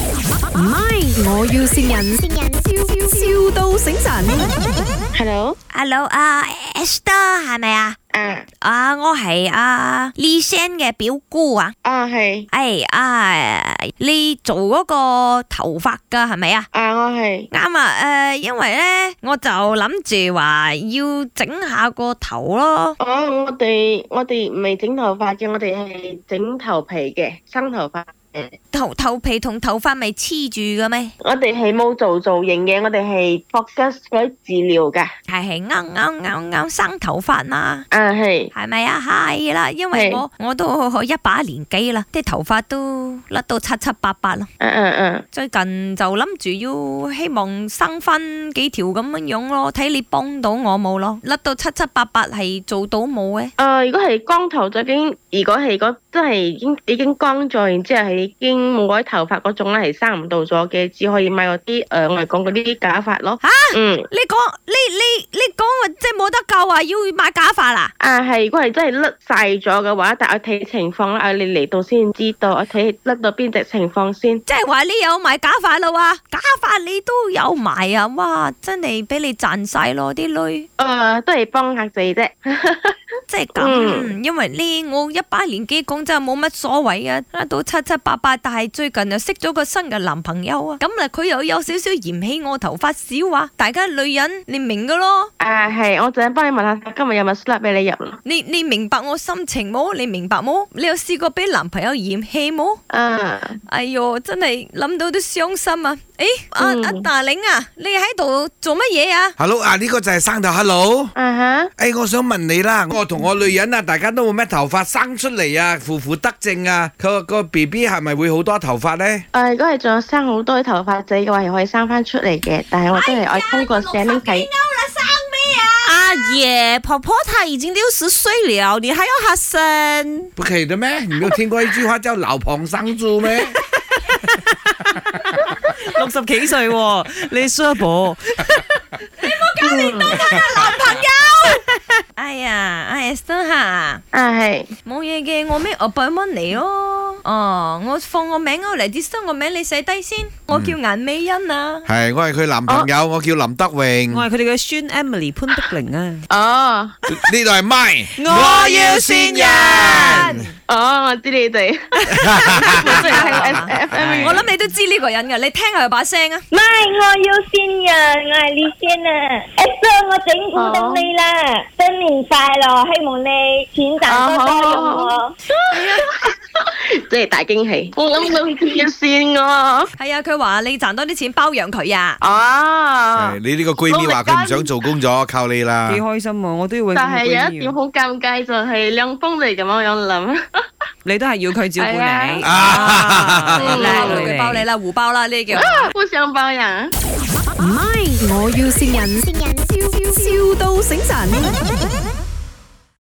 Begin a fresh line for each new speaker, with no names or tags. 唔係，我要善人，笑笑到醒神。
Hello，
Hello 啊，Esther 係咪啊？
啊
啊，我係啊 Lee Sen 嘅表姑啊。
啊係
哎啊，你做嗰個頭髮噶係咪啊？
啊我係
啱啊，诶、因為咧我就諗住話要整下個頭咯。
哦，我哋我哋唔係整頭髮嘅，我哋係整頭皮嘅，生頭髮嘅。
頭頭皮同頭髮咪黐住嘅咩？
我哋係冇做造型嘅，我哋係 focus 嗰啲治療噶。
係係啱啱啱啱生頭髮嘛，
啊係
係咪啊？係啦，因
係
為我我都一把年紀啦，啲頭髮都甩到七七八八啦。
啊啊啊
最近就諗住要希望生翻幾條咁樣樣咯，睇你幫到我冇咯。甩到七七八八係做到冇嘅，
啊！如果係光頭就已經，如果係嗰真係已經已經光咗，然之後係已經冇嗰啲頭髮嗰種咧，係生唔到咗嘅，只可以買嗰啲誒我哋講嗰啲假髮咯。
嚇
嗯。
你講你你你講我即係冇得救啊！要買假髮啦、
啊，係，如果係真係甩晒咗嘅話，但我睇情況啦，啊你嚟到先知道，我睇甩到邊隻情況先。
即係話你有買假髮啦哇！假髮你都有埋啊！哇，真係俾你賺晒咯啲女。
诶、呃都係幫客仔啫。
即係咁，
嗯
因為呢，我一把年紀講真係冇乜所謂啊，甩到七七八八，但係最近又識咗個新嘅男朋友啊，咁啊佢又有少少嫌棄我頭髮少啊，大家女人你明噶咯，
啊，係，我陣間幫你問下，今日有冇 slot 俾你入咯？
你你明白我心情冇？你明白冇？你有試過俾男朋友嫌棄冇？
啊，
哎哟，真係諗到都傷心啊！誒，阿
嗯
阿大玲啊，你喺度做乜嘢啊？
Hello 啊，呢、個就係生頭 Hello。哎
啊吓，
诶、我想問你啦，我同我女人啊，大家都冇咩頭髮生出嚟啊，負負得正啊，佢個 B B 係咪會好多頭髮呢？
诶、啊如果係仲有生好多啲頭髮仔嘅話，係可以生翻出嚟嘅，但係我真係我通過 s 呢睇。
阿爷，婆婆她已经六十岁了，你还要她生？
不可以的咩？你没有聽過一句話叫老旁生猪咩？
六十几岁、喎，你 s u 婆
哎呀，阿 Esther 啊
啊係，
冇嘢嘅，我咩我百蚊你咯。哦，我放我名嗰度嚟，啲新個名你寫低先。我叫顏美欣啊。
係，我係佢男朋友，我叫林德榮。
哦我系佢哋嘅孙 Emily 潘德玲啊！
哦，
呢度係咪？
我要善人。
哦，我知你 哋，我真係聽 F M
我諗你都知呢個人噶，你聽下佢把聲啊。
唔係，我要善人，我係李仙啊！Esther，我整蠱到你啦，新年快樂，希望你錢賺多多用我。
真係大驚喜。 我諗到佢要線我。
係啊，佢話你賺多啲錢包養佢啊。
哦
係。你呢個閨蜜話佢唔想做工咗，靠你啦。
几开心啊！我都要永
但係有
遠
一
都
點
要，
好尷尬，就係兩公嚟咁樣樣諗。
你都系要佢照顧你。
係
啊
嗯
叻女
佢
嚟
包你啦，胡包啦，呢叫。
互相包養。
唔係，我要善人，笑笑到醒神。